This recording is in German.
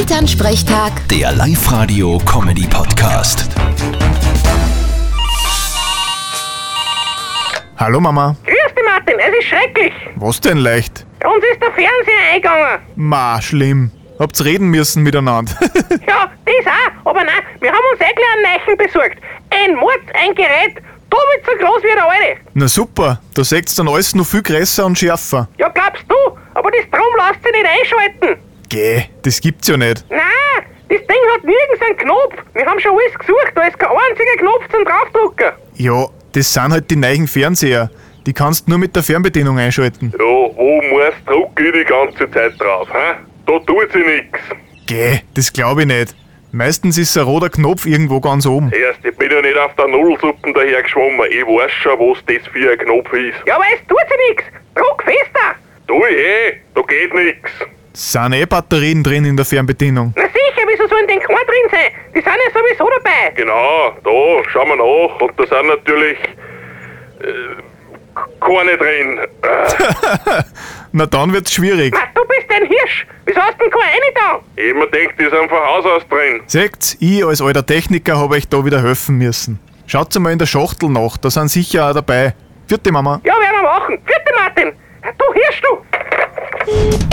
Elternsprechtag, Der Live-Radio-Comedy-Podcast. Hallo Mama, Grüß dich, Martin, es ist schrecklich. was denn leicht? Uns ist der Fernseher eingegangen. Ma, schlimm. Habt's reden müssen miteinander. Ja, das auch, aber nein, wir haben uns eigentlich einen Neichen besorgt. Ein Mord, ein Gerät, doppelt so groß wie der alte. Na super, da seht's dann alles noch viel größer und schärfer. Ja, glaubst du, aber das Drum lässt sich nicht einschalten. Geh, das gibt's ja nicht. Nein, das Ding hat nirgends einen Knopf. Wir haben schon alles gesucht, da ist kein einziger Knopf zum Draufdrucken. Ja, das sind halt die neuen Fernseher. Die kannst nur mit der Fernbedienung einschalten. Ja, wo muss druck ich die ganze Zeit drauf, hä? Da tut sie nix. Geh, das glaube ich nicht. Meistens ist ein roter Knopf irgendwo ganz oben. Erst, ich bin ja nicht auf der Nudelsuppen daher geschwommen. Ich weiß schon, was das für ein Knopf ist. Ja, aber es tut sich nichts. Druck fester. Du eh, da geht nix. Sind eh Batterien drin in der Fernbedienung. Na sicher, wieso sollen denn keine drin sein? Die sind ja sowieso dabei. Genau, da, schauen wir nach. Und da sind natürlich. Äh, keine drin. Äh, Na dann wird's schwierig. Ma, du bist ein Hirsch. Wieso hast du denn keine rein da? ich mir denk, die sind von Haus aus drin. Seht's, ich als alter Techniker habe euch da wieder helfen müssen. Schaut's mal in der Schachtel nach, da sind sicher auch dabei. Vierte Mama. Ja, werden wir machen. Vierte Martin. Du hörst du.